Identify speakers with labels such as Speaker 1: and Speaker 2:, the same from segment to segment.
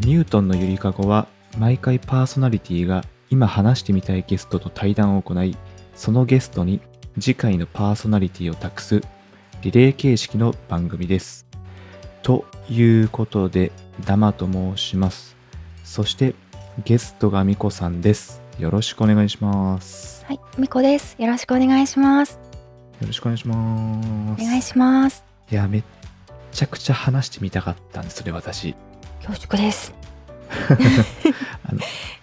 Speaker 1: ニュートンのゆりかごは毎回パーソナリティが今話してみたいゲストと対談を行いそのゲストに次回のパーソナリティを託すリレー形式の番組です。ということでダマと申します。そしてゲストがみこさんです。よろしくお願いします。
Speaker 2: はい、みこです。よろしくお願いします。
Speaker 1: よろしくお願いします。
Speaker 2: お願いします。
Speaker 1: いやめっちゃくちゃ話してみたかったんですそれ私。
Speaker 2: 恐縮です。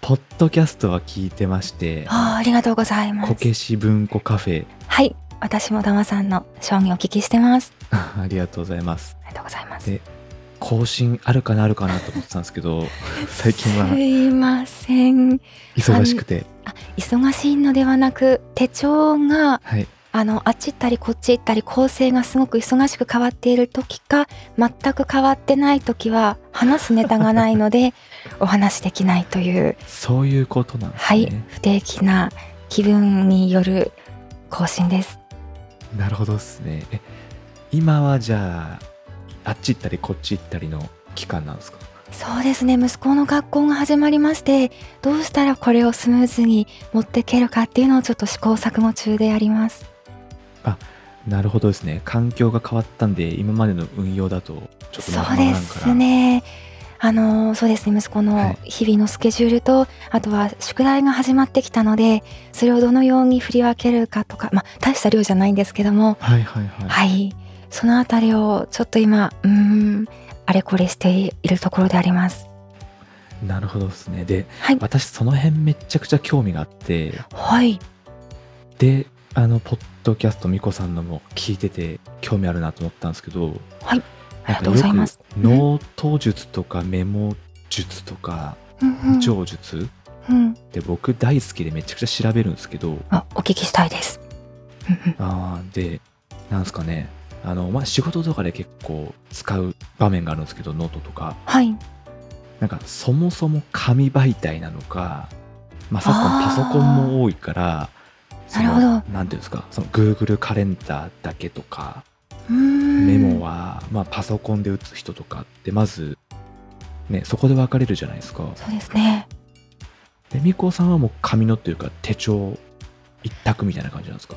Speaker 1: ポッドキャストは聞いてまして、
Speaker 2: あーありがとうございま
Speaker 1: こ
Speaker 2: す
Speaker 1: け。し文庫カフェ
Speaker 2: はい、私もダマさんの商品をお聞きしてます。
Speaker 1: ありがとうございます。
Speaker 2: ありがとうございます
Speaker 1: で。更新あるかなあるかなと思ってたんですけ ど最近
Speaker 2: す
Speaker 1: はい
Speaker 2: ません。
Speaker 1: 忙しくて
Speaker 2: 忙しいのではなく、手帳が
Speaker 1: はい
Speaker 2: あのあっち行ったりこっち行ったり構成がすごく忙しく変わっている時か、全く変わってない時は話すネタがないの でお話しできないという。
Speaker 1: そういうことなんですね、
Speaker 2: はい、不定期な気分による更新です。
Speaker 1: なるほどですねえ今はじゃああっち行ったりこっち行ったりの期間なんですか
Speaker 2: そうですね、息子の学校が始まりまして、どうしたらこれをスムーズに持っていけるかっていうのをちょっと試行錯誤中であります。
Speaker 1: なるほどですね環境が変わったんで今までの運用だとちょっと
Speaker 2: そ
Speaker 1: まま
Speaker 2: う
Speaker 1: な
Speaker 2: で
Speaker 1: らんから
Speaker 2: すね。あのそうですね息子
Speaker 1: は
Speaker 2: の
Speaker 1: い
Speaker 2: 日々のスケジュールと、あとは宿題が始まってきたのでそれをどのように振り分けるかとかまあ大した量じゃないんですけども
Speaker 1: はいはいはい、
Speaker 2: はい、そのあたりをちょっと今、うーん、あれこれしているところであります。
Speaker 1: なるほどですねで、
Speaker 2: はい
Speaker 1: 私その辺めっちゃくちゃ興味があって
Speaker 2: はい、
Speaker 1: であのポッドキャストみこさんのも聞いてて興味あるなと思ったんですけど
Speaker 2: はいあ
Speaker 1: な
Speaker 2: り
Speaker 1: んか
Speaker 2: がと
Speaker 1: よく
Speaker 2: うございます。
Speaker 1: 脳頭術とかメモ術とか
Speaker 2: うんうん
Speaker 1: 胃腸術
Speaker 2: うん、
Speaker 1: って僕大好きでめちゃくちゃ調べるんですけど、
Speaker 2: あ、お聞きしたいです。うんうん
Speaker 1: あーでなんですかねあのまあ仕事とかで結構使う場面があるんですけどノートとか
Speaker 2: はい、
Speaker 1: なんかそもそも紙媒体なのか、まあ、昨今
Speaker 2: あー
Speaker 1: パソコンも多いからその
Speaker 2: なるほ
Speaker 1: なんていうんですかその Google カレンダーだけとか
Speaker 2: うーん
Speaker 1: メモは、まあ、パソコンで打つ人とかってまず、ね、そこで分かれるじゃないですか
Speaker 2: そうですね。
Speaker 1: でみこさんはもう紙のっていうか手帳一択みたいな感じなんですか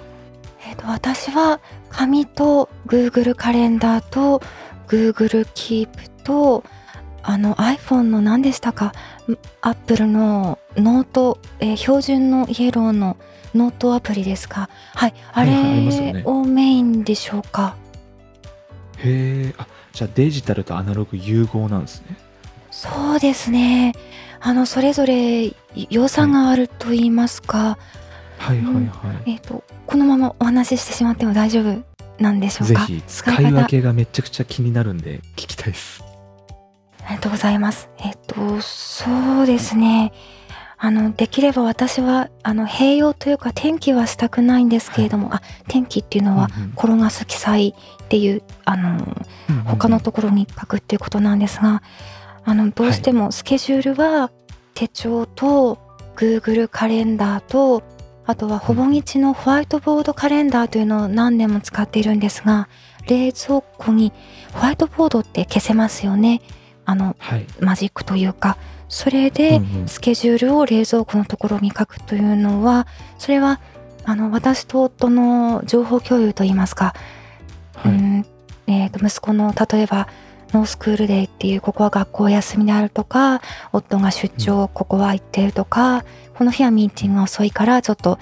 Speaker 2: えっ、と私は紙と Google カレンダーと Google Keep とあの iPhone の何でしたかん Apple のノート、えー標準のイエローのノートアプリですかはいあ
Speaker 1: はいはいありますよね
Speaker 2: れをメインでしょうか、
Speaker 1: へえあじゃあデジタルとアナログ融合なんですね
Speaker 2: そうですねあのそれぞれ良さがあると言いますか、
Speaker 1: はい
Speaker 2: はい
Speaker 1: は
Speaker 2: えっ、とこのままお話ししてしまっても大丈夫なんでしょう
Speaker 1: ぜ
Speaker 2: か
Speaker 1: ひ使
Speaker 2: 使い方
Speaker 1: い分けがめちゃくちゃ気になるんで聞きたいです
Speaker 2: ありがとうございます。えっと、そうですね。あの、できれば私は、あの、併用というか、転記はしたくないんですけれども、あ、転記っていうのは、転がす記載っていう、あの、他のところに書くっていうことなんですが、あの、どうしてもスケジュールは、手帳と、Google カレンダーと、あとは、ほぼ日のホワイトボードカレンダーというのを何年も使っているんですが、冷蔵庫に、ホワイトボードって消せますよね。あの、
Speaker 1: はい、
Speaker 2: マジックというかそれ
Speaker 1: うんう
Speaker 2: で
Speaker 1: ん
Speaker 2: スケジュールを冷蔵庫のところに書くというのはそれはあの私と夫の情報共有といいますか、
Speaker 1: はい
Speaker 2: うんえーと息子の例えばノースクールデイっていうここは学校休みであるとか夫が出張ここは行ってるとかこの日はミーティングが遅いからちょっと,、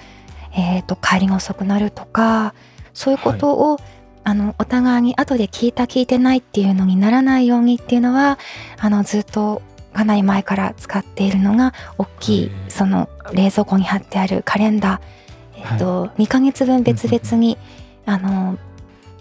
Speaker 2: えーと帰りが遅くなるとかそういうことを、あのお互いに後で聞いた聞いてないっていうのにならないようにっていうのはあのずっとかなり前から使っているのが大き
Speaker 1: へ
Speaker 2: い
Speaker 1: ー
Speaker 2: その冷蔵庫に貼ってあるカレンダー、えっと2ヶ月分別々に、あの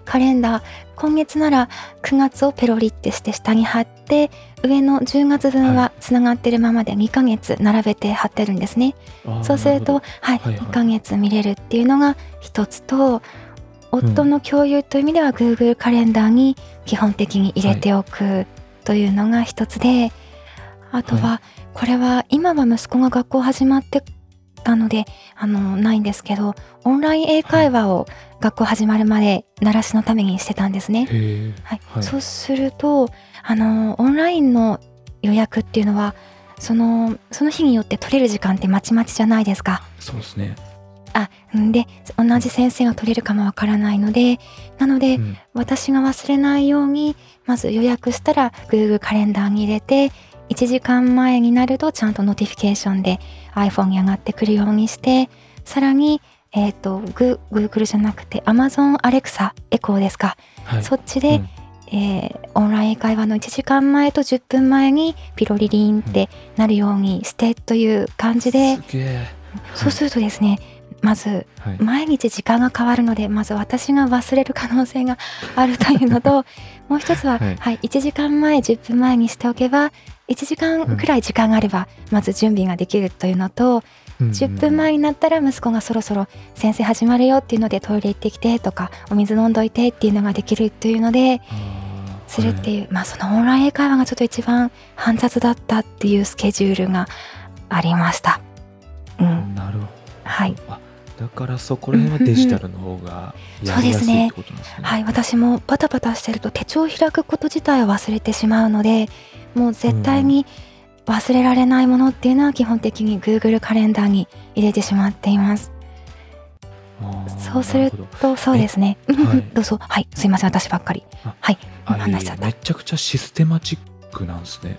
Speaker 2: カレンダー今月なら9月をペロリってして下に貼って上の10月分はつながってるままで2ヶ月並べて貼ってるんですね。
Speaker 1: あー
Speaker 2: そうすると
Speaker 1: な、
Speaker 2: はい、
Speaker 1: はいはい
Speaker 2: 2ヶ月見れるっていうのが一つと、夫の共有という意味では Google カレンダーに基本的に入れておくというのが一つで、あと
Speaker 1: は
Speaker 2: は、これは今は息子が学校始まってたので、あの、ないんですけど、オンライン英会話を学校始まるまで鳴らしのためにしてたんです
Speaker 1: る
Speaker 2: ね。
Speaker 1: ほどへえ
Speaker 2: はい
Speaker 1: はい
Speaker 2: そうするとあのオンラインの予約っていうのはそのその日によって取れる時間ってまちまちじゃないですか。
Speaker 1: そうですね。
Speaker 2: あんで同じ先生が取れるかもわからないのでなので、
Speaker 1: うん
Speaker 2: 私が忘れないようにまず予約したら Google カレンダーに入れて1時間前になるとちゃんとノーティフィケーションで iPhone に上がってくるようにしてさらに、えー、とグ Google じゃなくて Amazon Alexa エコーですか、
Speaker 1: はい。
Speaker 2: そっちで、
Speaker 1: うん
Speaker 2: えーオンライン会話の1時間前と10分前にピロリリンってなるようにしてという感じで、
Speaker 1: すげえ。
Speaker 2: そうするとですねまず
Speaker 1: はい。
Speaker 2: 毎日時間が変わるのでまず私が忘れる可能性があるというのともう一つは、
Speaker 1: は
Speaker 2: はいい1時間前10分前にしておけば1時間くらい時間があればまず準備ができるというのと、10分前になったら息子がそろそろ「先生始まるよ」っていうのでトイレ行ってきてとかお水飲んどいてっていうのができるというので
Speaker 1: そ
Speaker 2: す
Speaker 1: れ
Speaker 2: るっていう、まあそのオンライン英会話がちょっと一番煩雑だったっていうスケジュールがありました。うん、
Speaker 1: なるほど。
Speaker 2: はい
Speaker 1: あだからそこら辺はデジタルの方がやりやすいってことなんですね。
Speaker 2: はい、私もバタバタしてると手帳を開くこと自体を忘れてしまうのでもう絶対に忘れられないものっていうのは基本的に Google カレンダーに入れてしまっています。
Speaker 1: あー
Speaker 2: そうする
Speaker 1: なほど
Speaker 2: とそうですね。
Speaker 1: はい
Speaker 2: どうぞはいすいません私ばっかり。
Speaker 1: あいえいえ
Speaker 2: 話しちゃった
Speaker 1: めちゃくちゃシステマチックなんですね。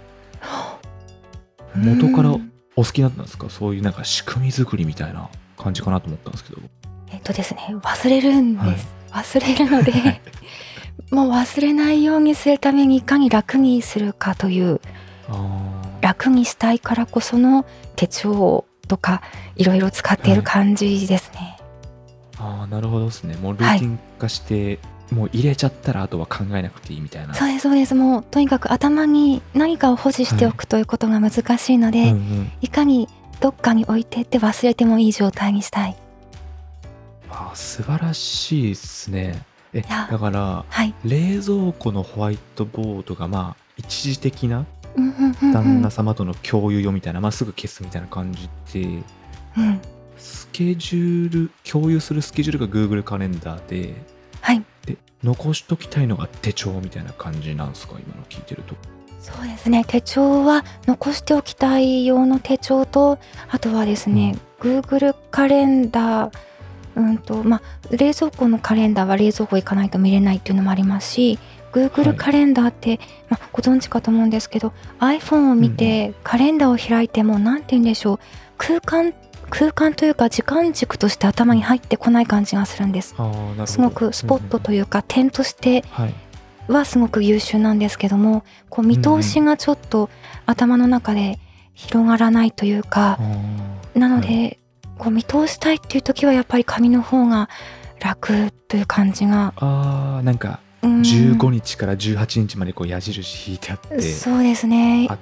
Speaker 1: 元から
Speaker 2: うん
Speaker 1: お好きだったんですかそういうなんか仕組み作りみたいな感じかなと思ったんですけど。
Speaker 2: えっとですね忘れるんです。忘れるので もう忘れないようにするためにいかに楽にするかという
Speaker 1: あー
Speaker 2: 楽にしたいからこその手帳とかいろいろ使っている感じですね。
Speaker 1: あーなるほどですね。もうルーティン化して、もう入れちゃったらあとは考えなくていいみたいな。
Speaker 2: そうですそうですもうとにかく頭に何かを保持しておくということが難しいので、
Speaker 1: うんう
Speaker 2: い、
Speaker 1: ん、
Speaker 2: かにどっかに置いてって忘れてもいい状態にしたい
Speaker 1: あー素晴らしいですね。え
Speaker 2: や
Speaker 1: だから
Speaker 2: はい
Speaker 1: 冷蔵庫のホワイトボードがまあ一時的な
Speaker 2: うんうんうんうん
Speaker 1: 旦那様との共有よみたいな、まあ、すぐ消すみたいな感じで
Speaker 2: うん
Speaker 1: スケジュール共有するスケジュールが Google カレンダーで
Speaker 2: はい
Speaker 1: で残しときたいのが手帳みたいな感じなんですか今の聞いてると
Speaker 2: そうですね手帳は残しておきたい用の手帳とあとはですね、Google カレンダーうんとまあ、冷蔵庫のカレンダーは冷蔵庫行かないと見れないっていうのもありますし
Speaker 1: はい
Speaker 2: Google カレンダーって、まあ、ご存知かと思うんですけど iPhone を見てカレンダーを開いても何て言うんでしょう空間空間というか時間軸として頭に入ってこない感じがするんです。
Speaker 1: ああなるほど
Speaker 2: すごくスポットと
Speaker 1: い
Speaker 2: いうか点として
Speaker 1: うん、はい
Speaker 2: はすごく優秀なんですけどもこう見通しがちょっと頭の中で広がらないというか、なの
Speaker 1: は
Speaker 2: でこう見通したいっていう時はやっぱり紙の方が楽という感じが、
Speaker 1: あーなんか
Speaker 2: うん
Speaker 1: 15日から18日までこう矢印引いてあって、
Speaker 2: そうですね
Speaker 1: あ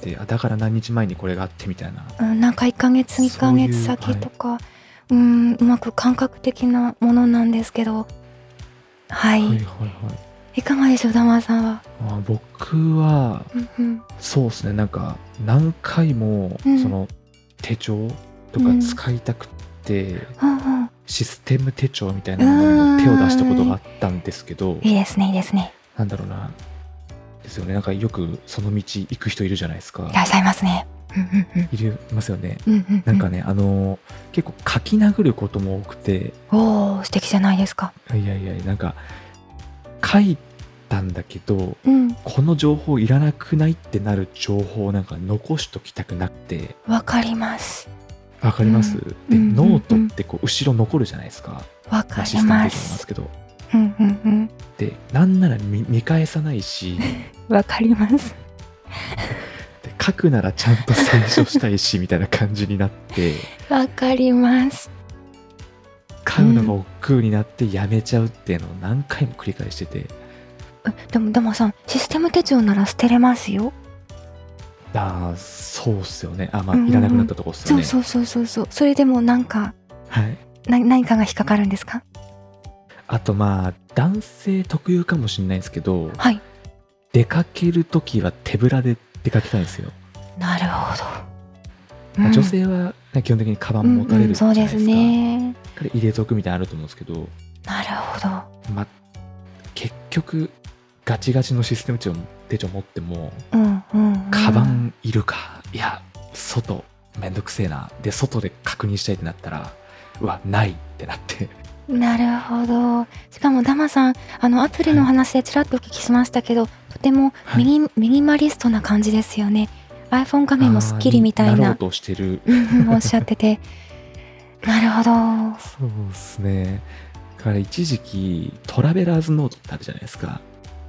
Speaker 1: であだから何日前にこれがあってみたいな
Speaker 2: うんなんか1ヶ月2ヶ月先とかう,、んうまく感覚的なものなんですけどは
Speaker 1: は
Speaker 2: い、
Speaker 1: いはい
Speaker 2: い、
Speaker 1: はい
Speaker 2: かがでしょう玉さんは。
Speaker 1: あー僕は
Speaker 2: うんうん
Speaker 1: そうですねなんか何回も
Speaker 2: うん
Speaker 1: その手帳とか使いたくって、
Speaker 2: うんうん
Speaker 1: システム手帳みたいなものにも手を出したことがあったんですけど
Speaker 2: いいですねいいですね
Speaker 1: なんだろうなですよねなんかよくその道行く人いるじゃないですか
Speaker 2: いらっしゃいますね。うんうん
Speaker 1: いるいますよね
Speaker 2: うんうんうんう
Speaker 1: なんかね、あの結構書き殴ることも多くて
Speaker 2: おお素敵じゃないですか。
Speaker 1: いやいやなんか書いたんだけど
Speaker 2: うん、
Speaker 1: この情報いらなくないってなる情報をなんか残しときたくなくて
Speaker 2: わかります。
Speaker 1: わかります、
Speaker 2: うん
Speaker 1: で、
Speaker 2: うん
Speaker 1: ノートってこう後ろ残るじゃないですか、
Speaker 2: わ
Speaker 1: ま
Speaker 2: か
Speaker 1: あシ
Speaker 2: り
Speaker 1: ステム手帳な
Speaker 2: ま。
Speaker 1: んですすけど
Speaker 2: うんうんうん。
Speaker 1: でなんなら見見返さないし
Speaker 2: わかります。
Speaker 1: で書くならちゃんと参照したいしみたいな感じにな って
Speaker 2: わかります。
Speaker 1: 買うのが億劫になってやめちゃうっていうのを何回も繰り返してて、
Speaker 2: えでもダマさん、システム手帳なら捨てれますよ。
Speaker 1: ああそうっすよねあまあ
Speaker 2: うんうん
Speaker 1: いらなくなったとこっす
Speaker 2: そ
Speaker 1: よ
Speaker 2: う
Speaker 1: ね、
Speaker 2: そうそうそうそう。それでもなんか
Speaker 1: はい、
Speaker 2: な何かが引っかかるんですか。
Speaker 1: あとまあ男性特有かもしれないですけど
Speaker 2: はい。
Speaker 1: 出かける時は手ぶらで出かけたいんですよ、
Speaker 2: なるほど。
Speaker 1: まあ
Speaker 2: うん
Speaker 1: 女性はね基本的にカバン持たれ
Speaker 2: うんう
Speaker 1: る
Speaker 2: ん
Speaker 1: じゃ
Speaker 2: そ
Speaker 1: な
Speaker 2: う
Speaker 1: いで
Speaker 2: ですす
Speaker 1: か、
Speaker 2: ね。
Speaker 1: から入れとくみたいなのあると思うんですけど、
Speaker 2: なるほど。
Speaker 1: まあ、結局ガチガチのシステム手帳手帳持っても
Speaker 2: うんうん、うん。
Speaker 1: カバンいるかいや外めんどくせえなで外で確認したいってなったらうわないってなって
Speaker 2: なるほどしかもダマさんあのアプリの話でちらっとお聞きしましたけど、とてもミニ,、ミニマリストな感じですよね iPhone 画面もすっきりみたい
Speaker 1: あーになろう
Speaker 2: な
Speaker 1: としてる
Speaker 2: うんうんおっしゃってて なるほど
Speaker 1: そうですねだから一時期トラベラーズノートってあるじゃないですか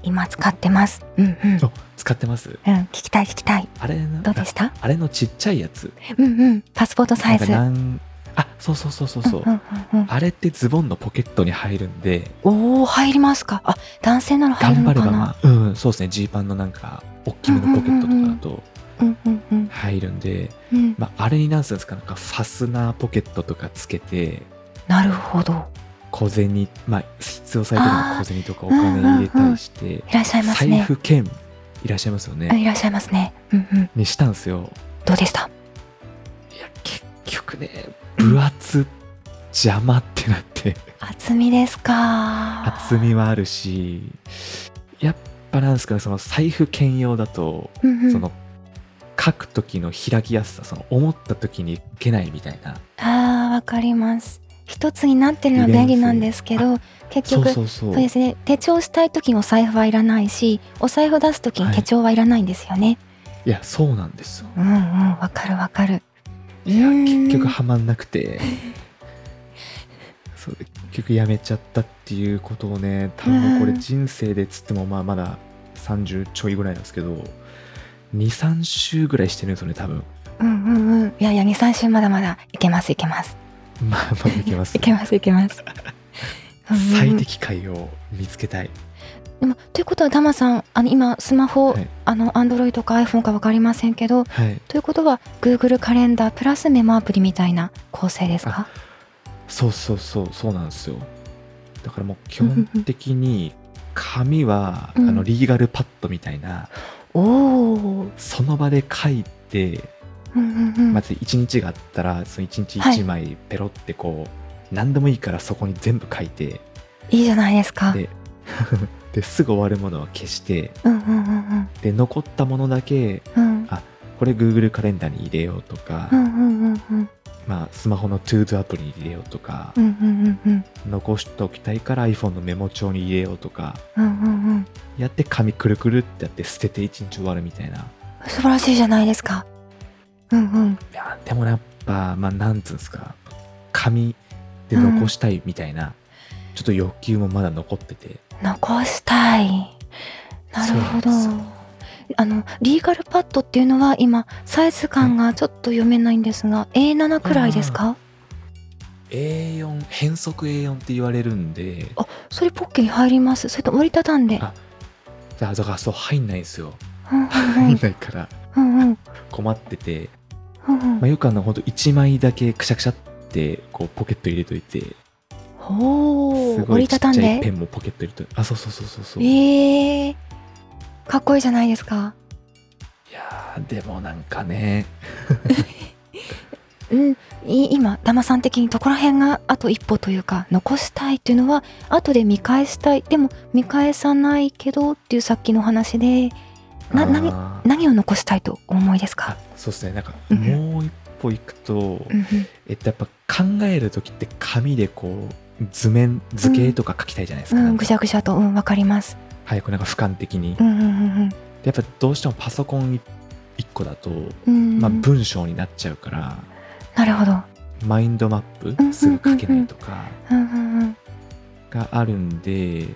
Speaker 2: 今使ってますうんうん
Speaker 1: あ使ってます
Speaker 2: うん、聞きたい聞きたい
Speaker 1: あれな
Speaker 2: どうでした
Speaker 1: あれのちっちゃいやつ
Speaker 2: うんうんパスポートサイズ
Speaker 1: なんかなんあそうそうそうそうそう、
Speaker 2: うんうんうんうん
Speaker 1: あれってズボンのポケットに入るんで
Speaker 2: おお入りますかあ男性なら入る
Speaker 1: 頑張
Speaker 2: の
Speaker 1: れ
Speaker 2: か
Speaker 1: ば
Speaker 2: な
Speaker 1: まあうんそうですねジーパンのなんか大きめのポケットとかだと
Speaker 2: うんうんうん
Speaker 1: 入るんで、
Speaker 2: うん
Speaker 1: まあ、あれになんすんですかなんかファスナーポケットとかつけて
Speaker 2: なるほど
Speaker 1: 小銭まあ必要最低限の小銭とかお金入れたりして、
Speaker 2: いらっしゃいます
Speaker 1: 財
Speaker 2: ね
Speaker 1: 布兼いらっしゃいますよね、
Speaker 2: うんいらっしゃいますねうんうん
Speaker 1: にしたんですよ
Speaker 2: どうでした
Speaker 1: いや結局ね分厚邪魔ってなって
Speaker 2: 厚みですか
Speaker 1: 厚みはあるしやっぱなんですかねその財布兼用だと、
Speaker 2: うんうん
Speaker 1: その書く時の開きやすさその思った時にいけないみたいな
Speaker 2: あーわかります一つになってるのは便利なんですけど結
Speaker 1: そう
Speaker 2: 局
Speaker 1: そうそう
Speaker 2: そうですね手帳したい時にお財布はいらないしお財布出す時に手帳はいらないんですよね、
Speaker 1: いやそうなんですよ
Speaker 2: うんうんわかるわかる
Speaker 1: いや
Speaker 2: うん
Speaker 1: 結局はまんなくてそう結局やめちゃったっていうことをね多分これ
Speaker 2: うん
Speaker 1: 人生でつってもまあまだ30ちょいぐらいなんですけど23週ぐらいしてるんですよね多分
Speaker 2: うんうんうんいやいや23週まだまだいけますいけます
Speaker 1: まあまあいけます
Speaker 2: いけますいけ ますうんうん
Speaker 1: 最
Speaker 2: うん
Speaker 1: 適解を見つけたい
Speaker 2: でもということはダマさんあの今スマホ、
Speaker 1: はい
Speaker 2: あの Android か iPhone かわかりませんけど
Speaker 1: はい
Speaker 2: ということは Google カレンダープラスメモアプリみたいな構成ですか
Speaker 1: そうそうそうそうなんですよだからもう基本的に紙はあ
Speaker 2: うん
Speaker 1: のリーガルパッドみたいな
Speaker 2: おお
Speaker 1: その場で書いて
Speaker 2: うんうんうん、
Speaker 1: まず1日があったらその1日1枚ペロってこう、何でもいいからそこに全部書いて
Speaker 2: いいじゃないですか
Speaker 1: で ですぐ終わるものは消して
Speaker 2: うんうんうん
Speaker 1: で残ったものだけ
Speaker 2: うんうん
Speaker 1: これ Google カレンダーに入れようとか、
Speaker 2: うんうんうんうん
Speaker 1: まあ、スマホの ToDo アプリに入れようとか
Speaker 2: う、んうんうんうん
Speaker 1: 残しておきたいから iPhone のメモ帳に入れようとか
Speaker 2: うんうんうん
Speaker 1: やって紙くるくるってやって捨てて1日終わるみたいな
Speaker 2: 素晴らしいじゃないですかうんうん
Speaker 1: いやでもやっぱまあなんつうんですか紙で残したいみたいな、ちょっと欲求もまだ残ってて
Speaker 2: 残したいなるほど
Speaker 1: そうなんですよ
Speaker 2: あのリーガルパッドっていうのは今サイズ感がちょっと読めないんですが、A7 くらいですか
Speaker 1: A4 変則 A4 って言われるんで
Speaker 2: それポッケに入りますそれと折りたたんで
Speaker 1: あだだからそう入んないんですよ
Speaker 2: うんうん
Speaker 1: 入んないから
Speaker 2: うんうん
Speaker 1: 困ってて、
Speaker 2: うんうん
Speaker 1: まあ、よくあのほんと1枚だけくしゃくしゃってこうポケット入れといて
Speaker 2: ほ
Speaker 1: す
Speaker 2: う
Speaker 1: ご
Speaker 2: 折
Speaker 1: い
Speaker 2: り
Speaker 1: ち
Speaker 2: た
Speaker 1: っちゃ
Speaker 2: たん
Speaker 1: いペ
Speaker 2: で
Speaker 1: ンもポケット入れといてあそうそうそうそうそう、
Speaker 2: ええかっこいいじゃないですか
Speaker 1: いやーでもなんかね
Speaker 2: うん、い今ダマさん的にどこら辺があと一歩というか残したいっていうのは後で見返したいでも見返さないけどっていうさっきの話でな何
Speaker 1: あー
Speaker 2: 何を残したいとお思いですか、
Speaker 1: そうですねなんか
Speaker 2: うん
Speaker 1: もう一歩行くと、
Speaker 2: うんうん
Speaker 1: えっとやっぱ考える時って紙でこう図面図形とか書きたいじゃないですか,、
Speaker 2: うん、ぐしゃぐしゃと、うん、わかります。
Speaker 1: 早くなんか俯瞰的に、
Speaker 2: うん、うん、うん
Speaker 1: でやっぱどうしてもパソコン1個だと、
Speaker 2: うん、うん、
Speaker 1: まあ、文章になっちゃうから、
Speaker 2: なるほど。
Speaker 1: マインドマッ
Speaker 2: うん
Speaker 1: プすぐ書けないとか
Speaker 2: うん、うん、うん、
Speaker 1: があるんで、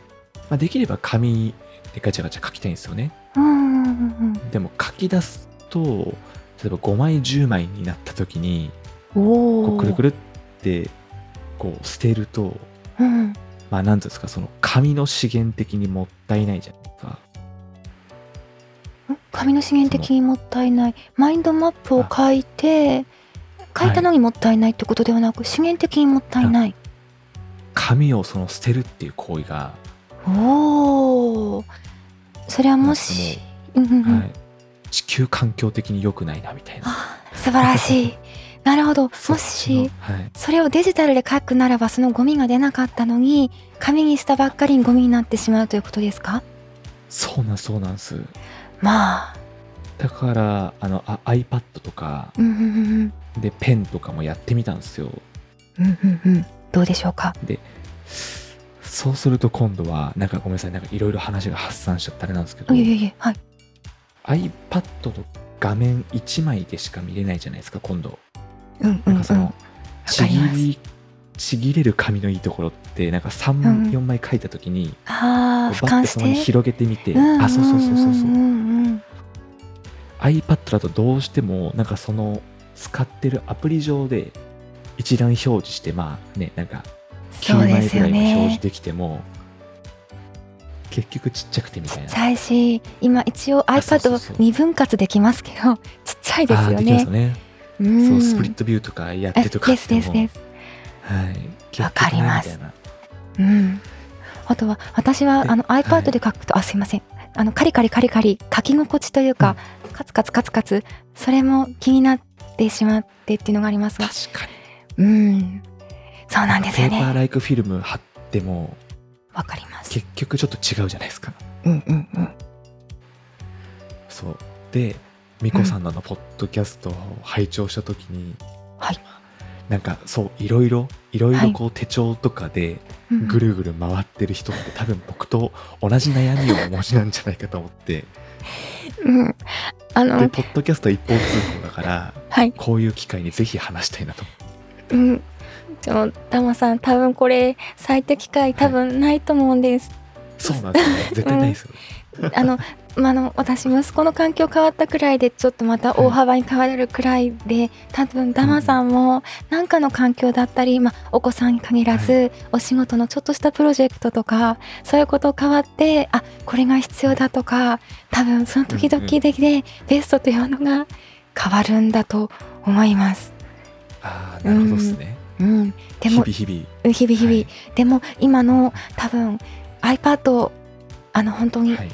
Speaker 1: まあ、できれば紙でガチャガチャ書きたいんですよね
Speaker 2: うん、うん、うん
Speaker 1: でも書き出すと例えば5枚10枚になった時に
Speaker 2: うん、
Speaker 1: こ
Speaker 2: お
Speaker 1: う
Speaker 2: お。
Speaker 1: くるくるってこう捨てると
Speaker 2: うん、
Speaker 1: まあ何ていうんですかその紙の資源的にもったいないじゃないですか
Speaker 2: 紙の資源的にもったいない。マインドマップを書いて。
Speaker 1: あ
Speaker 2: 書いたのにもったいないってことではなく、資源的にもったいない。
Speaker 1: 紙をその捨てるっていう行為が
Speaker 2: おお。それはもし。うんうんうん
Speaker 1: はい、地球環境的に良くないなみたいな
Speaker 2: あ素晴ら しい。なるほど。も
Speaker 1: そっちの
Speaker 2: し。
Speaker 1: はい、
Speaker 2: それをデジタルで書くならばそのゴミが出なかったのに紙にしたばっかりにゴミになってしまうということですか
Speaker 1: そうなんそうなんです
Speaker 2: まあ
Speaker 1: だからあのあ iPad とか
Speaker 2: うんうんうん
Speaker 1: でペンとかもやってみたんですよ
Speaker 2: うんうんうんうんどうでしょうか
Speaker 1: そうすると今度はなんかごめんなさいなんかいろいろ話が発散しちゃったあれなんですけど
Speaker 2: いえいえいえはい
Speaker 1: iPad の画面1枚でしか見れないじゃないですか今度
Speaker 2: うんう
Speaker 1: なんんか
Speaker 2: うん
Speaker 1: そのち
Speaker 2: かります
Speaker 1: ぎりちぎれる紙のいいところってなんか
Speaker 2: うん
Speaker 1: 34枚書いた時に
Speaker 2: ああ
Speaker 1: こう
Speaker 2: 俯
Speaker 1: バッ
Speaker 2: 瞰
Speaker 1: て
Speaker 2: し
Speaker 1: そのに
Speaker 2: て
Speaker 1: 広げてみて
Speaker 2: んんんん
Speaker 1: あそうそうそうそうそう
Speaker 2: うんうん
Speaker 1: iPad だとどうしてもなんかその使ってるアプリ上で一覧表示してまあねなんか9
Speaker 2: そうで
Speaker 1: 枚
Speaker 2: す
Speaker 1: ぐら
Speaker 2: よ
Speaker 1: いの表示
Speaker 2: ね
Speaker 1: できても結局ちっちゃくてみたい
Speaker 2: ちっ
Speaker 1: な
Speaker 2: ちゃいし今一応
Speaker 1: あそうそう
Speaker 2: iPad
Speaker 1: そう
Speaker 2: 二分割できますけどちっちゃいです
Speaker 1: あー
Speaker 2: よ
Speaker 1: できます
Speaker 2: ね
Speaker 1: よね、
Speaker 2: うん
Speaker 1: そうスプリットビューとかやってとか
Speaker 2: あ
Speaker 1: っ
Speaker 2: です
Speaker 1: ても
Speaker 2: ですです
Speaker 1: はい結局
Speaker 2: わかります
Speaker 1: ないみたいな
Speaker 2: うんあとは私
Speaker 1: え
Speaker 2: はあの
Speaker 1: い
Speaker 2: iPad で書くと、あすいませんあのカリカリカリカリ書き心地というか、カツカツカツカツそれも気になってしまってっていうのがありますが
Speaker 1: 確かに
Speaker 2: うんそうなんですよ
Speaker 1: ペーパー
Speaker 2: ね
Speaker 1: ライクフィルム貼っても
Speaker 2: わかります
Speaker 1: 結局ちょっと違うじゃないですか
Speaker 2: うんうんうん
Speaker 1: そうで美子さんのあのポッドキャストを拝聴した時に、
Speaker 2: はい
Speaker 1: なんかそういろいろいろい
Speaker 2: は
Speaker 1: ろ
Speaker 2: い
Speaker 1: こう手帳とかで
Speaker 2: うん
Speaker 1: ぐるぐる回ってる人って多分僕と同じ悩みをお持ちなんじゃないかと思って
Speaker 2: うんあ
Speaker 1: で
Speaker 2: の
Speaker 1: ポッドキャストは一方通行だから
Speaker 2: はい
Speaker 1: こういう機会にぜひ話したいなと
Speaker 2: うんでもダマさん多分これ最適解多分ないと思うんです
Speaker 1: そうなんですよね絶対ないですよ、
Speaker 2: あの、まあ、あの私息子の環境変わったくらいでちょっとまた大幅に変われるくらいで多分ダマさんも何かの環境だったり、まあ、お子さんに限らず、
Speaker 1: は
Speaker 2: お仕事のちょっとしたプロジェクトとかそういうことを変わってあこれが必要だとか多分その時々で、ベストというのが変わるんだと思います。
Speaker 1: ああなるほどですね、
Speaker 2: うん、
Speaker 1: 日
Speaker 2: でも
Speaker 1: 々日
Speaker 2: うん日々日々、
Speaker 1: はい
Speaker 2: でも今の多分 iPad をあの本当に
Speaker 1: 々、はい、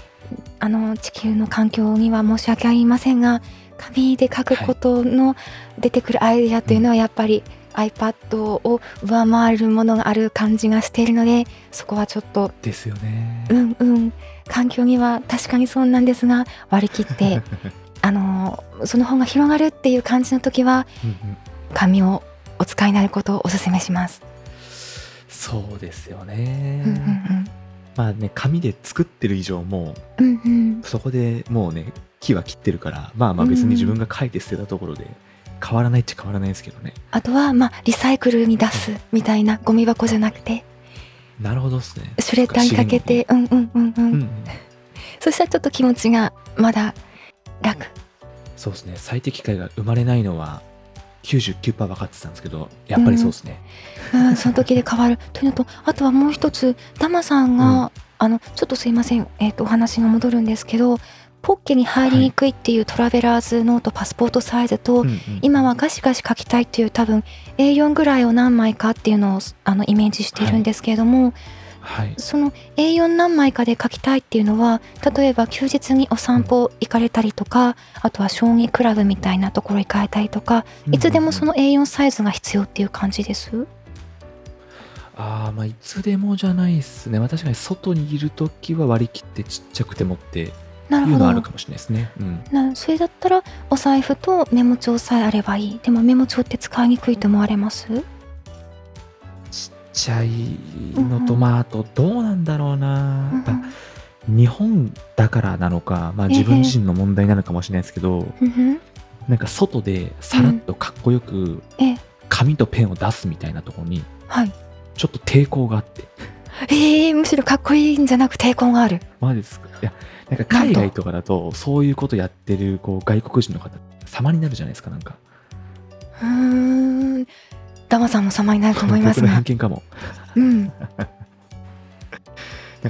Speaker 2: あの地球の環境には申し訳ありませんが紙で書くことの出てくるアイデアというのはやっぱり iPad を上回るものがある感じがしているのでそこはちょっと
Speaker 1: ですよね、
Speaker 2: うんうん環境には確かにそうなんですが割り切って あのその方が広がるっていう感じの時は
Speaker 1: うんうん
Speaker 2: 紙をお使いになることをお勧めします。
Speaker 1: そうですよ
Speaker 2: うんう
Speaker 1: ね。
Speaker 2: ん
Speaker 1: まあね、紙で作ってる以上も
Speaker 2: うんうんうん
Speaker 1: う、そこでもうね、木は切ってるから、まあまあ別に自分が書いて捨てたところで、変わらないっちゃ変わらないですけどね。
Speaker 2: あとは、まあ、リサイクルに出すみたいなゴミ箱じゃなくて
Speaker 1: なるほどですね。
Speaker 2: シュレッダーにかけてうんうんうんうん、
Speaker 1: うんうん。
Speaker 2: そしたらちょっと気持ちがまだ楽。
Speaker 1: そうですね。最適解が生まれないのは99%分かってたんですけど、やっぱりそうですね。
Speaker 2: うん、その時で変わる。というのと、あとはもう一つ、ダマさんが、
Speaker 1: うん
Speaker 2: あの、ちょっとすいません、えっ、と、お話が戻るんですけど、ポッケに入りにくいっていうトラベラーズノートパスポートサイズと、
Speaker 1: うんうん
Speaker 2: 今はガシガシ書きたいっていう多分 A4 ぐらいを何枚かっていうのをあのイメージしているんですけれども、
Speaker 1: はい。
Speaker 2: その A4 何枚かで書きたいっていうのは例えば休日にお散歩行かれたりとかあとは将棋クラブみたいなところ行かれたりとかいつでもその A4 サイズが必要っていう感じです。
Speaker 1: ああ、まあいつでもじゃないですね。まあ確かに外にいるときは割り切ってちっちゃくて持っていう
Speaker 2: なるほ
Speaker 1: のはあ
Speaker 2: ど
Speaker 1: る。かもしれないですね。うん。
Speaker 2: なそれだったらお財布とメモ帳さえあればいい。でもメモ帳って使いにくいと思われます？
Speaker 1: ちっちゃいのと、
Speaker 2: うんうん
Speaker 1: まああとどうなんだろうな、やっぱ日本だからなのか、まあ、
Speaker 2: ええ
Speaker 1: 自分自身の問題なのかもしれないですけど、
Speaker 2: うんうん
Speaker 1: なんか外でさらっとかっこよく
Speaker 2: ええ
Speaker 1: 紙とペンを出すみたいなところに
Speaker 2: はい。
Speaker 1: ちょっと抵抗があって
Speaker 2: えー、むしろかっこいいんじゃなく抵抗がある。
Speaker 1: マジですかいやなんか海外とかだとそういうことやってるこう外国人の方様になるじゃないですかなんか
Speaker 2: うーん。ダマさんも様になると思います
Speaker 1: 僕の
Speaker 2: が
Speaker 1: 偏。見かも
Speaker 2: うん。
Speaker 1: なん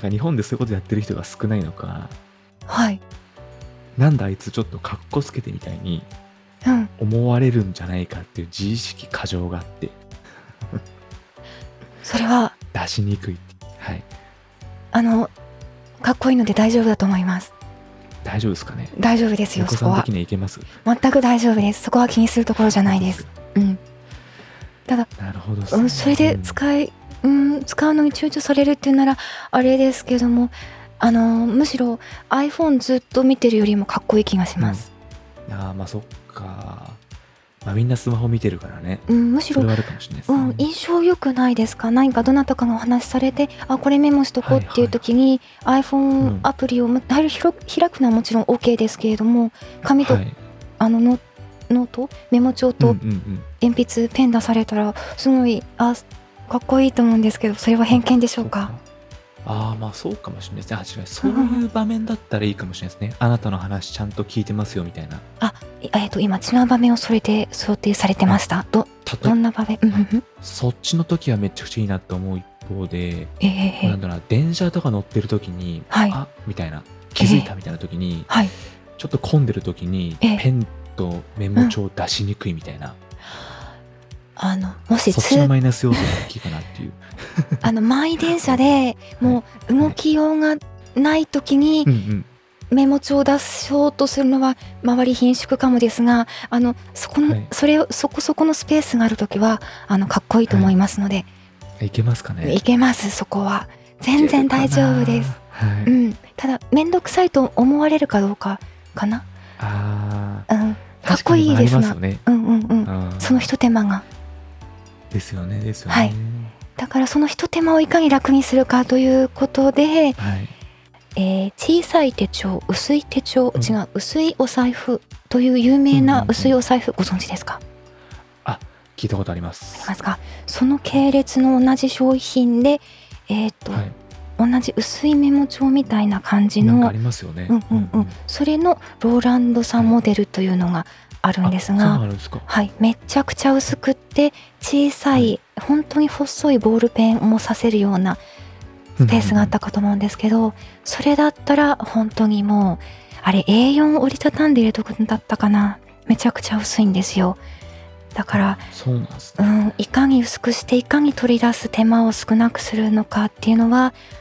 Speaker 1: か日本でそういうことやってる人が少ないのか
Speaker 2: はい。
Speaker 1: なんだあいつちょっとかっこつけてみたいに
Speaker 2: うん。
Speaker 1: 思われるんじゃないかっていう自意識過剰があって
Speaker 2: それは
Speaker 1: 出しにくいってはい
Speaker 2: あのかっこいいので大丈夫だと思います。
Speaker 1: 大丈夫ですかね
Speaker 2: 大丈夫です
Speaker 1: お
Speaker 2: よ。
Speaker 1: 子
Speaker 2: そ
Speaker 1: さ
Speaker 2: こ
Speaker 1: ん
Speaker 2: は
Speaker 1: 的にはいけます
Speaker 2: 全く大丈夫です。そこは気にするところじゃないです。うん。ただ
Speaker 1: なるほどっす
Speaker 2: う
Speaker 1: ね、
Speaker 2: ん、それで使い、うん、使うのに躊躇されるっていうならあれですけどもあのむしろ iPhone ずっと見てるよりもかっこいい気がします、
Speaker 1: ああまあそっか、まあ、みんなスマホ見てるからね
Speaker 2: うん、むし
Speaker 1: そ
Speaker 2: ろ
Speaker 1: れはあるかもしれないです
Speaker 2: う
Speaker 1: ね、
Speaker 2: ん、印象良くないですか何かどなたかがお話しされてあこれメモしとこうっていう時に、
Speaker 1: う
Speaker 2: iPhone
Speaker 1: ん
Speaker 2: アプリを、まだいぶ広く開くのはもちろん OK ですけれども紙と、
Speaker 1: はい
Speaker 2: あのノノートメモ帳
Speaker 1: うんう
Speaker 2: と
Speaker 1: んうん
Speaker 2: 鉛筆ペン出されたらすごいあかっこいいと思うんですけどそれは偏見でしょうか
Speaker 1: そっかああまあそうかもしれないですねあ違うそういう場面だったらいいかもしれないですねあなたの話ちゃんと聞いてますよみたいな
Speaker 2: ええっと今違う場面をそれで想定されてましたど
Speaker 1: たと
Speaker 2: どんな場面、うんうんうん、
Speaker 1: そっちの時はめちゃくちゃいいなと思う一方で、
Speaker 2: えええ
Speaker 1: な
Speaker 2: え
Speaker 1: んだろうな電車とか乗ってる時に、
Speaker 2: はい
Speaker 1: あみたいな気づいたみたいな時に、
Speaker 2: はい
Speaker 1: ちょっと混んでる時に、
Speaker 2: ええ
Speaker 1: ペンとメモ帳出しにくいみたいな、
Speaker 2: あのもし
Speaker 1: そっちの
Speaker 2: 通
Speaker 1: マイナス要素が大きいかなって いう。
Speaker 2: あの満員電車でもう
Speaker 1: はい
Speaker 2: 動きようがない時に
Speaker 1: うんうん
Speaker 2: メモ帳を出そうとするのは周り貧縮かもですがあのそこの、
Speaker 1: はい
Speaker 2: それをそこそこのスペースがある時はあのかっこいいと思いますので、
Speaker 1: いけますかね
Speaker 2: いけますそこは全然大丈夫です。
Speaker 1: はい
Speaker 2: うん、ただ面倒くさいと思われるかどうかかな、
Speaker 1: あ
Speaker 2: うん、
Speaker 1: ー
Speaker 2: かっこいいですな
Speaker 1: 確かにあります
Speaker 2: うんうんうん
Speaker 1: よねうん
Speaker 2: そのひと手間が
Speaker 1: ですよねですよね
Speaker 2: はいだからそのひと手間をいかに楽にするかということで、
Speaker 1: はい
Speaker 2: えー小さい手帳薄い手帳、
Speaker 1: うん
Speaker 2: 違う薄いお財布という有名な薄いお財布、ご存知ですか
Speaker 1: 聞いたことありま
Speaker 2: あ
Speaker 1: す
Speaker 2: りますかその系列の同じ商品でえっ、と、
Speaker 1: はい
Speaker 2: 同じ薄いメモ帳みたいな感じ
Speaker 1: なんかあ
Speaker 2: の
Speaker 1: りますよね
Speaker 2: うんうんうんそれのローランドさんモデルというのがあるんで
Speaker 1: あそ
Speaker 2: す
Speaker 1: う
Speaker 2: が
Speaker 1: な、るんですか
Speaker 2: はい、めちゃくちゃ薄くって小さい、本当に細いボールペンをもさせるようなスペースがあったかと思うんですけど、それだったら本当にもうあれ A4 折りたたんで入れとくんだったかなめちゃくちゃ薄いんですよだから、
Speaker 1: そうなんです
Speaker 2: う
Speaker 1: ね
Speaker 2: ん、いかに薄くしていかに取り出す手間を少なくするのかっていうのは、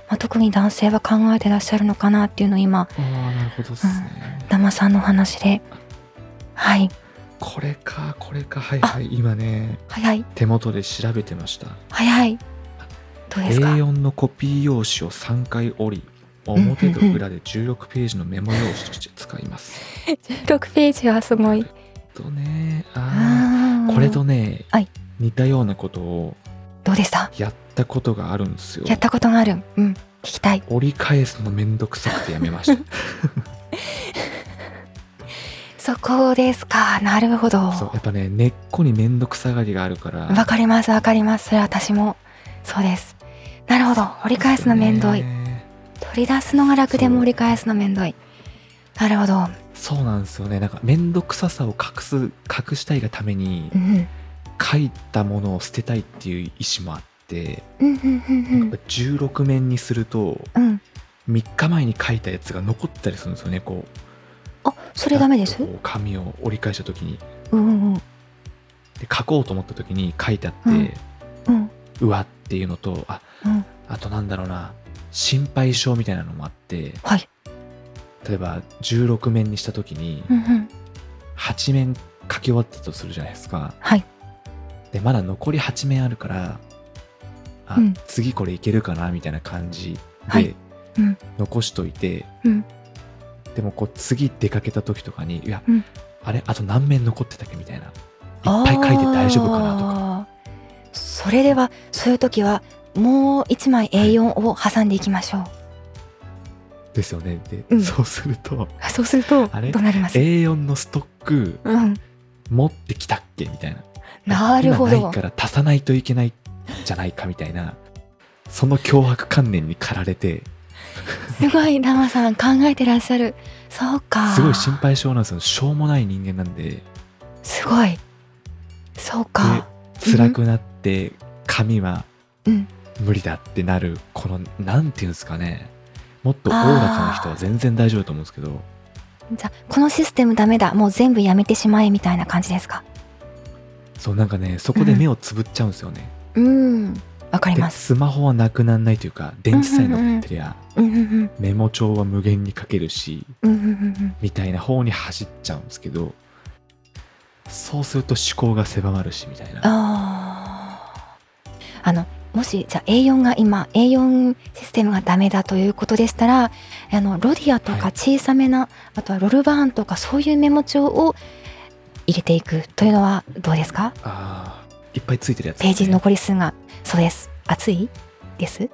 Speaker 2: まあ特に男性は考えてらっしゃるのかなっていうのを今
Speaker 1: ああなるほどですね
Speaker 2: 生さんのお話ではい
Speaker 1: これかこれかはいはい今ね
Speaker 2: 早い
Speaker 1: 手元で調べてました
Speaker 2: 早いどうですか
Speaker 1: A4 のコピー用紙を3回折り表と裏で16ページのメモ用紙として使います。
Speaker 2: 16ページはすごい。
Speaker 1: とね、あー
Speaker 2: あー
Speaker 1: これとね、
Speaker 2: はい
Speaker 1: 似たようなことを
Speaker 2: どうでした
Speaker 1: やったことがあるんですよ。
Speaker 2: やったことがある。うん。聞きたい。
Speaker 1: 折り返すのめんどくさくてやめま した。
Speaker 2: そこですか。なるほど。
Speaker 1: そう
Speaker 2: わ
Speaker 1: やっぱね根っこにめんどくさがりがあるから。
Speaker 2: かります。わかります。それは私も。そうです。なるほど。折り返すのめんどい。
Speaker 1: ね
Speaker 2: 取り出すのが楽
Speaker 1: そ
Speaker 2: で
Speaker 1: う
Speaker 2: も折り返すのめんどい。なるほど。
Speaker 1: そうなんですよね。なんかめんどくささを隠す隠したいがために
Speaker 2: うん。
Speaker 1: 書いたものを捨てたいっていう意思もあって、
Speaker 2: うんうんうん
Speaker 1: やっぱ16面にすると。
Speaker 2: うん。うん。
Speaker 1: 3日前に書いたやつが残ったりするんですよねこう
Speaker 2: あ、それダメです
Speaker 1: こ。う紙を折り返した時に
Speaker 2: うんうんうん。
Speaker 1: で書こうと思った時に書いてあって、
Speaker 2: うん
Speaker 1: うわっていうのとあ
Speaker 2: うん。
Speaker 1: あとなんだろうな心配性みたいなのもあって
Speaker 2: はい。
Speaker 1: 例えば16面にした時に
Speaker 2: うんうん。
Speaker 1: 8面書き終わったとするじゃないですか
Speaker 2: はい。
Speaker 1: でまだ残り8面あるからあ、
Speaker 2: うん
Speaker 1: 次これいけるかなみたいな感じで、
Speaker 2: はいうん
Speaker 1: 残しといて
Speaker 2: うん。
Speaker 1: でもこう次出かけた時とかにいや、
Speaker 2: うん
Speaker 1: あれあと何面残ってたっけみたいないっぱい書いて大丈夫かなとか
Speaker 2: かそれではそういう時はもう一枚 A4 を挟んでいきましょう、
Speaker 1: ですよねで、
Speaker 2: うん
Speaker 1: そうすると
Speaker 2: そうすると
Speaker 1: あれ
Speaker 2: どうなります
Speaker 1: A4 のストック
Speaker 2: うん
Speaker 1: 持ってきたっけみたいな
Speaker 2: なるほ
Speaker 1: 今な
Speaker 2: ど
Speaker 1: いから足さないといけないじゃないかみたいなその脅迫観念に駆られて
Speaker 2: すごいラマさん考えてらっしゃるそうか
Speaker 1: すごい心配性なんですよしょうもない人間なんです
Speaker 2: ごいそうか
Speaker 1: 辛くなって紙は
Speaker 2: うん
Speaker 1: 無理だってなるこのなんていうんですかねもっとおおらかな人は全然大丈夫だと思うんですけど
Speaker 2: じゃあこのシステムダメだもう全部やめてしまえみたいな感じですか
Speaker 1: そうなんかねそこで目をつぶっちゃうんですよね、
Speaker 2: うんわかり
Speaker 1: で
Speaker 2: ま
Speaker 1: ス
Speaker 2: す
Speaker 1: マホはなくならないというか電池さえ残ってりゃ、
Speaker 2: うんうんうん
Speaker 1: メモ帳は無限に書けるし
Speaker 2: うんうんうん
Speaker 1: みたいな方に走っちゃうんですけどそうすると思考が狭まるしみたいな
Speaker 2: あーあのもしじゃあ A4 が今 A4 システムがダメだということでしたらあのロディアと
Speaker 1: は
Speaker 2: か
Speaker 1: い
Speaker 2: 小さめな、あとはロルバーンとかそういうメモ帳を入れていくというのはどうですか
Speaker 1: ああいっぱいついてるやつ
Speaker 2: ペ
Speaker 1: で
Speaker 2: ー
Speaker 1: す
Speaker 2: ジ
Speaker 1: ね、
Speaker 2: 残り数がそうです熱いです、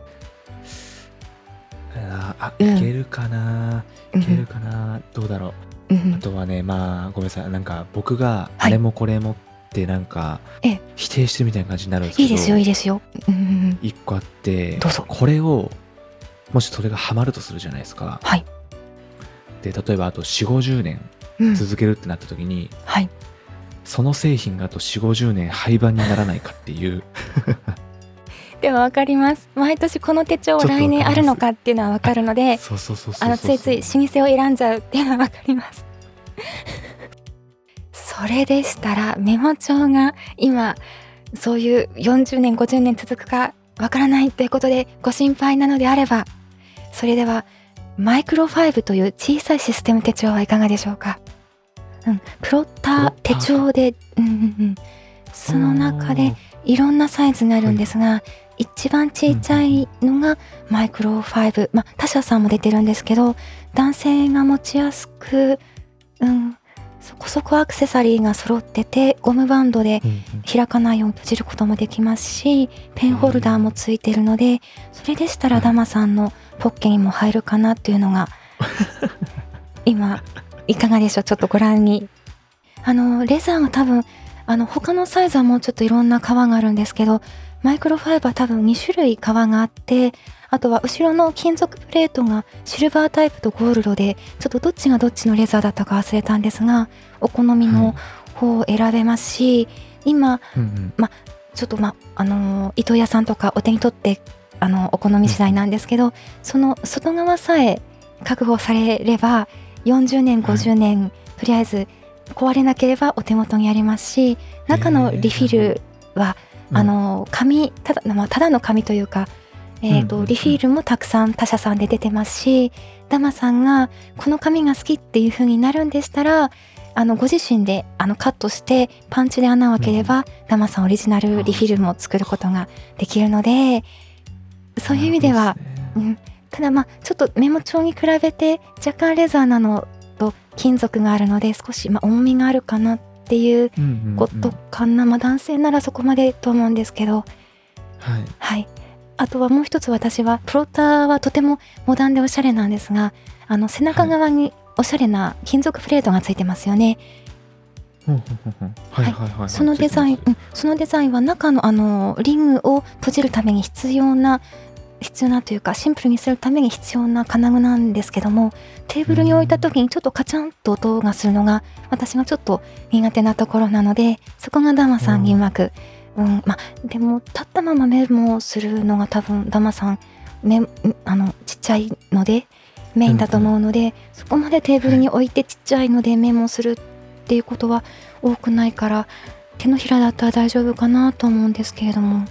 Speaker 1: あーあ
Speaker 2: うん
Speaker 1: いけるかな、
Speaker 2: うん
Speaker 1: いけるかなどうだろう
Speaker 2: うん
Speaker 1: あとはね、まあ、ごめんなさい、なんか僕が
Speaker 2: は
Speaker 1: あ
Speaker 2: い
Speaker 1: れもこれもって、なんか
Speaker 2: ええ、
Speaker 1: 否定してるみたいな感じになるんですけ
Speaker 2: い
Speaker 1: ど、
Speaker 2: いですよいいですよ、うんうんうん、
Speaker 1: 一個あって、
Speaker 2: どうぞ
Speaker 1: これを、もしそれがハマるとするじゃないですか。
Speaker 2: はい
Speaker 1: で、例えばあと4、50年
Speaker 2: うん
Speaker 1: 続けるってなった時に、
Speaker 2: はい
Speaker 1: その製品があと4、50年廃盤にならないかっていう、
Speaker 2: でもわかります毎年この手帳
Speaker 1: ちょっとわか
Speaker 2: 来
Speaker 1: ります
Speaker 2: 年あるのかっていうのはわかるので
Speaker 1: そうそうそうそうそう
Speaker 2: あのついつい老舗を選んじゃうっていうのはわかります それでしたらメモ帳が今そういう40年50年続くかわからないということでご心配なのであればそれではマイクロファイブという小さいシステム手帳はいかがでしょうか、うん、プロッター手帳で、うんうんうん、その中で、いろんなサイズがあるんですが、一番小さいのがマイクロファイブ、まあ、他社さんも出てるんですけど男性が持ちやすく、うん、そこそこアクセサリーが揃っててゴムバンドで
Speaker 1: うんうん
Speaker 2: 開かないように閉じることもできますしペンホルダーもついてるのでそれでしたら
Speaker 1: はい
Speaker 2: ダマさんのポッケにも入るかなっていう のが今いかがでしょうちょっとご覧にあのレザーが多分あの他のサイズはもうちょっといろんな革があるんですけどマイクロファイバー多分2種類革があってあとは後ろの金属プレートがシルバータイプとゴールドでちょっとどっちがどっちのレザーだったか忘れたんですがお好みの方を選べますし、今
Speaker 1: うんうん
Speaker 2: ちょっとまあのー糸屋さんとかお手に取ってあのお好み次第なんですけど、その外側さえ確保されれば40年
Speaker 1: はい
Speaker 2: 50年、とりあえず壊れなければお手元にありますし中のリフィルは、
Speaker 1: うん
Speaker 2: あのー紙ただ,、まあ、ただの紙というか、えーと
Speaker 1: うんうんうん
Speaker 2: リフィルもたくさん他社さんで出てますしダマさんがこの紙が好きっていう風になるんでしたらあのご自身であのカットしてパンチで穴を開ければ、ダマさんオリジナルリフィルムを作ることができるのでそういう意味では、
Speaker 1: いいすね
Speaker 2: うん、ただまあちょっとメモ帳に比べて若干レザーなのと金属があるので少しまあ重みがあるかなっていう
Speaker 1: うんうんうん
Speaker 2: ことかな、まあ男性ならそこまでと思うんですけど
Speaker 1: はい
Speaker 2: はい。あとはもう一つ私はプロッターはとてもモダンでおしゃれなんですがあの背中側におしゃれな金属プレートがついてますよね、
Speaker 1: ほんほんほんほんはいはいはいはい
Speaker 2: そのデザイン、うん、そのデザインは中のあのリングを閉じるために必要な必要なというかシンプルにするために必要な金具なんですけどもテーブルに置いた時にちょっとカチャンと音がするのが私がちょっと苦手なところなのでそこがダマさんにうまく、うんまあ、でも立ったままメモをするのが多分ダマさんめあのちっちゃいのでメインだと思うので、そこまでテーブルに置いてちっちゃいのでメモするっていうことは多くないから手のひらだったら大丈夫かなと思うんですけれども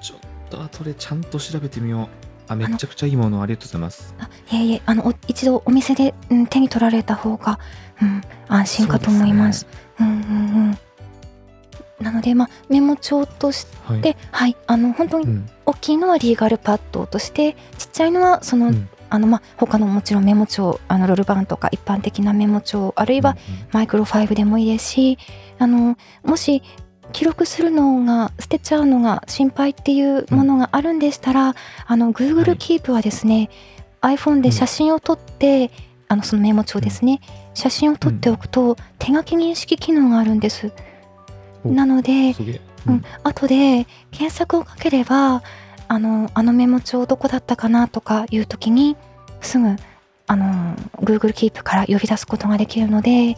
Speaker 1: ちょっと後でちゃんと調べてみよう。あ、めちゃくちゃいいものありがとうございます。
Speaker 2: あいえいえあのお一度お店で、うん、手に取られた方が、うん、安心かと思います。うんうんうん、なので、まあ、メモ帳とし
Speaker 1: はい。
Speaker 2: て、はい、あの本当
Speaker 1: う
Speaker 2: に
Speaker 1: ん、
Speaker 2: 大きいのはリーガルパッドとしてちっちゃいのはそ
Speaker 1: う
Speaker 2: の、
Speaker 1: ん
Speaker 2: あのまあ、他のもちろんメモ帳あのロールバーンとか一般的なメモ帳あるいはマイクロファイブでもいいですしあのもし記録するのが捨てちゃうのが心配っていうものがあるんでしたら、あの
Speaker 1: は
Speaker 2: Google
Speaker 1: い
Speaker 2: Keep はですね、iPhone で写真を撮って、あのそのメモ帳ですね写真を撮っておくと、手書き認識機能があるんです。
Speaker 1: お
Speaker 2: なの
Speaker 1: う
Speaker 2: で
Speaker 1: ん、すげえ。
Speaker 2: う
Speaker 1: うんん、
Speaker 2: 後で検索をかければあのあのメモ帳どこだったかなとかいう時にすぐあの Google Keep から呼び出すことができるので、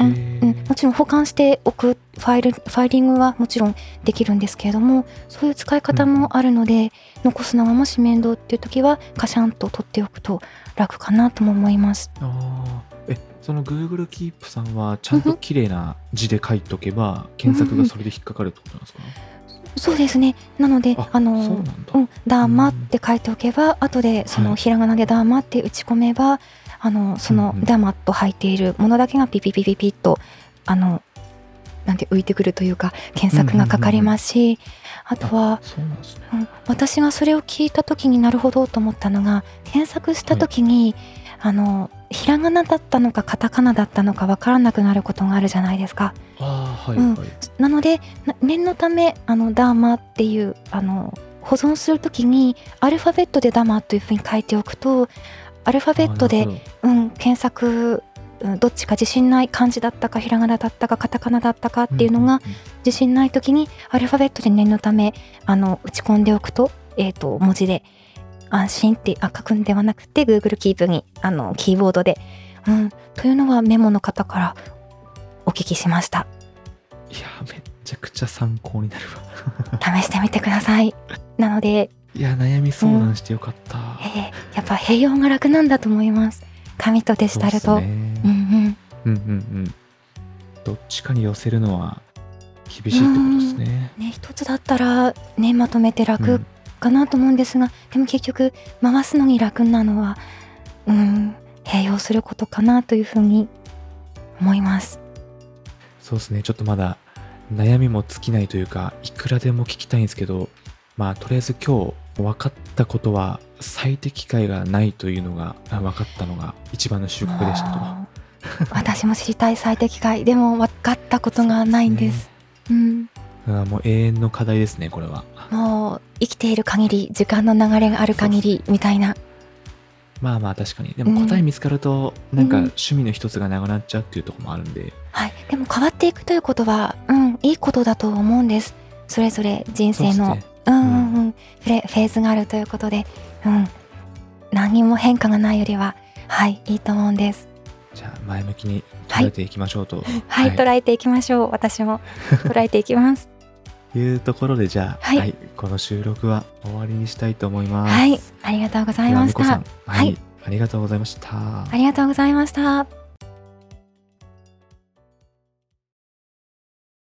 Speaker 2: うん
Speaker 1: へ
Speaker 2: うん、
Speaker 1: ー
Speaker 2: もちろん保管しておくファイルファイリングはもちろんできるんですけれどもそういう使い方もあるので、残すのがもし面倒っていう時はカシャンと取っておくと楽かなとも思います。
Speaker 1: ああ。え、その Google Keep さんはちゃんと綺麗な字で書いとけば、検索がそれで引っかかるってことなんですか、
Speaker 2: そうですねなのであの
Speaker 1: そうなんだ。
Speaker 2: うん、ダーマって書いておけば、後でそ
Speaker 1: は
Speaker 2: の
Speaker 1: い
Speaker 2: ひらがなでダーマって打ち込めば、あのその
Speaker 1: うんうん
Speaker 2: ダーマと入っているものだけがピピピピピッとあのなんて浮いてくるというか検索がかかりますし、あとは
Speaker 1: そうなんですね。
Speaker 2: うん私がそれを聞いた時になるほどと思ったのが検索した時に、あのひらがなだったのかカタカナだったのかわからなくなることがあるじゃないですか。
Speaker 1: ああ、はい、
Speaker 2: うん
Speaker 1: はい。
Speaker 2: なのでな念のためあのダーマっていうあの保存するときにアルファベットでダマというふうに書いておくとアルファベット
Speaker 1: あ
Speaker 2: で
Speaker 1: な、るほ
Speaker 2: うん、検索うんどっちか自信ない漢字だったかひらがなだったかカタカナだったかっ
Speaker 1: ど
Speaker 2: ていうの
Speaker 1: ん
Speaker 2: が
Speaker 1: ん
Speaker 2: 自信ないときにアルファベットで念のためあの打ち込んでおくと,、えー、と文字で安心ってあ書くんではなくて Google キープにあのキーボードで、うん、というのはメモの方からお聞きしました。
Speaker 1: うんいや、めっちゃくちゃ参考になるわ。
Speaker 2: 試してみてください。なので、
Speaker 1: いや、悩み相談してよかった。
Speaker 2: えーやっぱ併用が楽なんだと思います。紙とデジタル
Speaker 1: そう
Speaker 2: と。う
Speaker 1: っすね
Speaker 2: ん
Speaker 1: う
Speaker 2: うん。
Speaker 1: んうんうん。どっちかに寄せるのは厳しいってことですね。
Speaker 2: ね、一つだったら、ね、まとめて
Speaker 1: う
Speaker 2: 楽
Speaker 1: ん
Speaker 2: かなと思うんですが、でも結局、回すのに楽なのは、うん、併用することかなというふうに思います。
Speaker 1: そうですね。ちょっとまだ悩みも尽きないというか、いくらでも聞きたいんですけど、まあ、とりあえず今日分かったことは、最適解がないというのが、あ分かったのが一番の収穫でしたと。
Speaker 2: もう私も知りたい最適解。でも、分かったことがないんです。うん。
Speaker 1: あもう永遠の課題ですね、これは。
Speaker 2: もう生きている限り時間の流れがある限りみたいな
Speaker 1: まあまあ確かに。でも答え見つかると、なんか
Speaker 2: うん
Speaker 1: 趣味の一つがなくなっちゃうっていうところもあるんで、
Speaker 2: はい、でも変わっていくということは、うん、いいことだと思うんです。それぞれ人
Speaker 1: そうで
Speaker 2: 生
Speaker 1: す
Speaker 2: のう,、
Speaker 1: ね。
Speaker 2: んうんうんフレフェーズがあるということで、うん、何も変化がないよりは、はい、いいと思うんです。
Speaker 1: じゃあ前向きに捉えていきましょうと。
Speaker 2: はい、捉えていきましょう。私も捉えていき ます。
Speaker 1: いうところでじゃあ、は
Speaker 2: はいい
Speaker 1: この収録は終わりにしたいと思います。
Speaker 2: はい、ありがとうござい
Speaker 1: では
Speaker 2: ま
Speaker 1: み
Speaker 2: し
Speaker 1: こさ
Speaker 2: た
Speaker 1: ん。はい、
Speaker 2: はい
Speaker 1: ありがとうございました。
Speaker 2: ありがとうございました。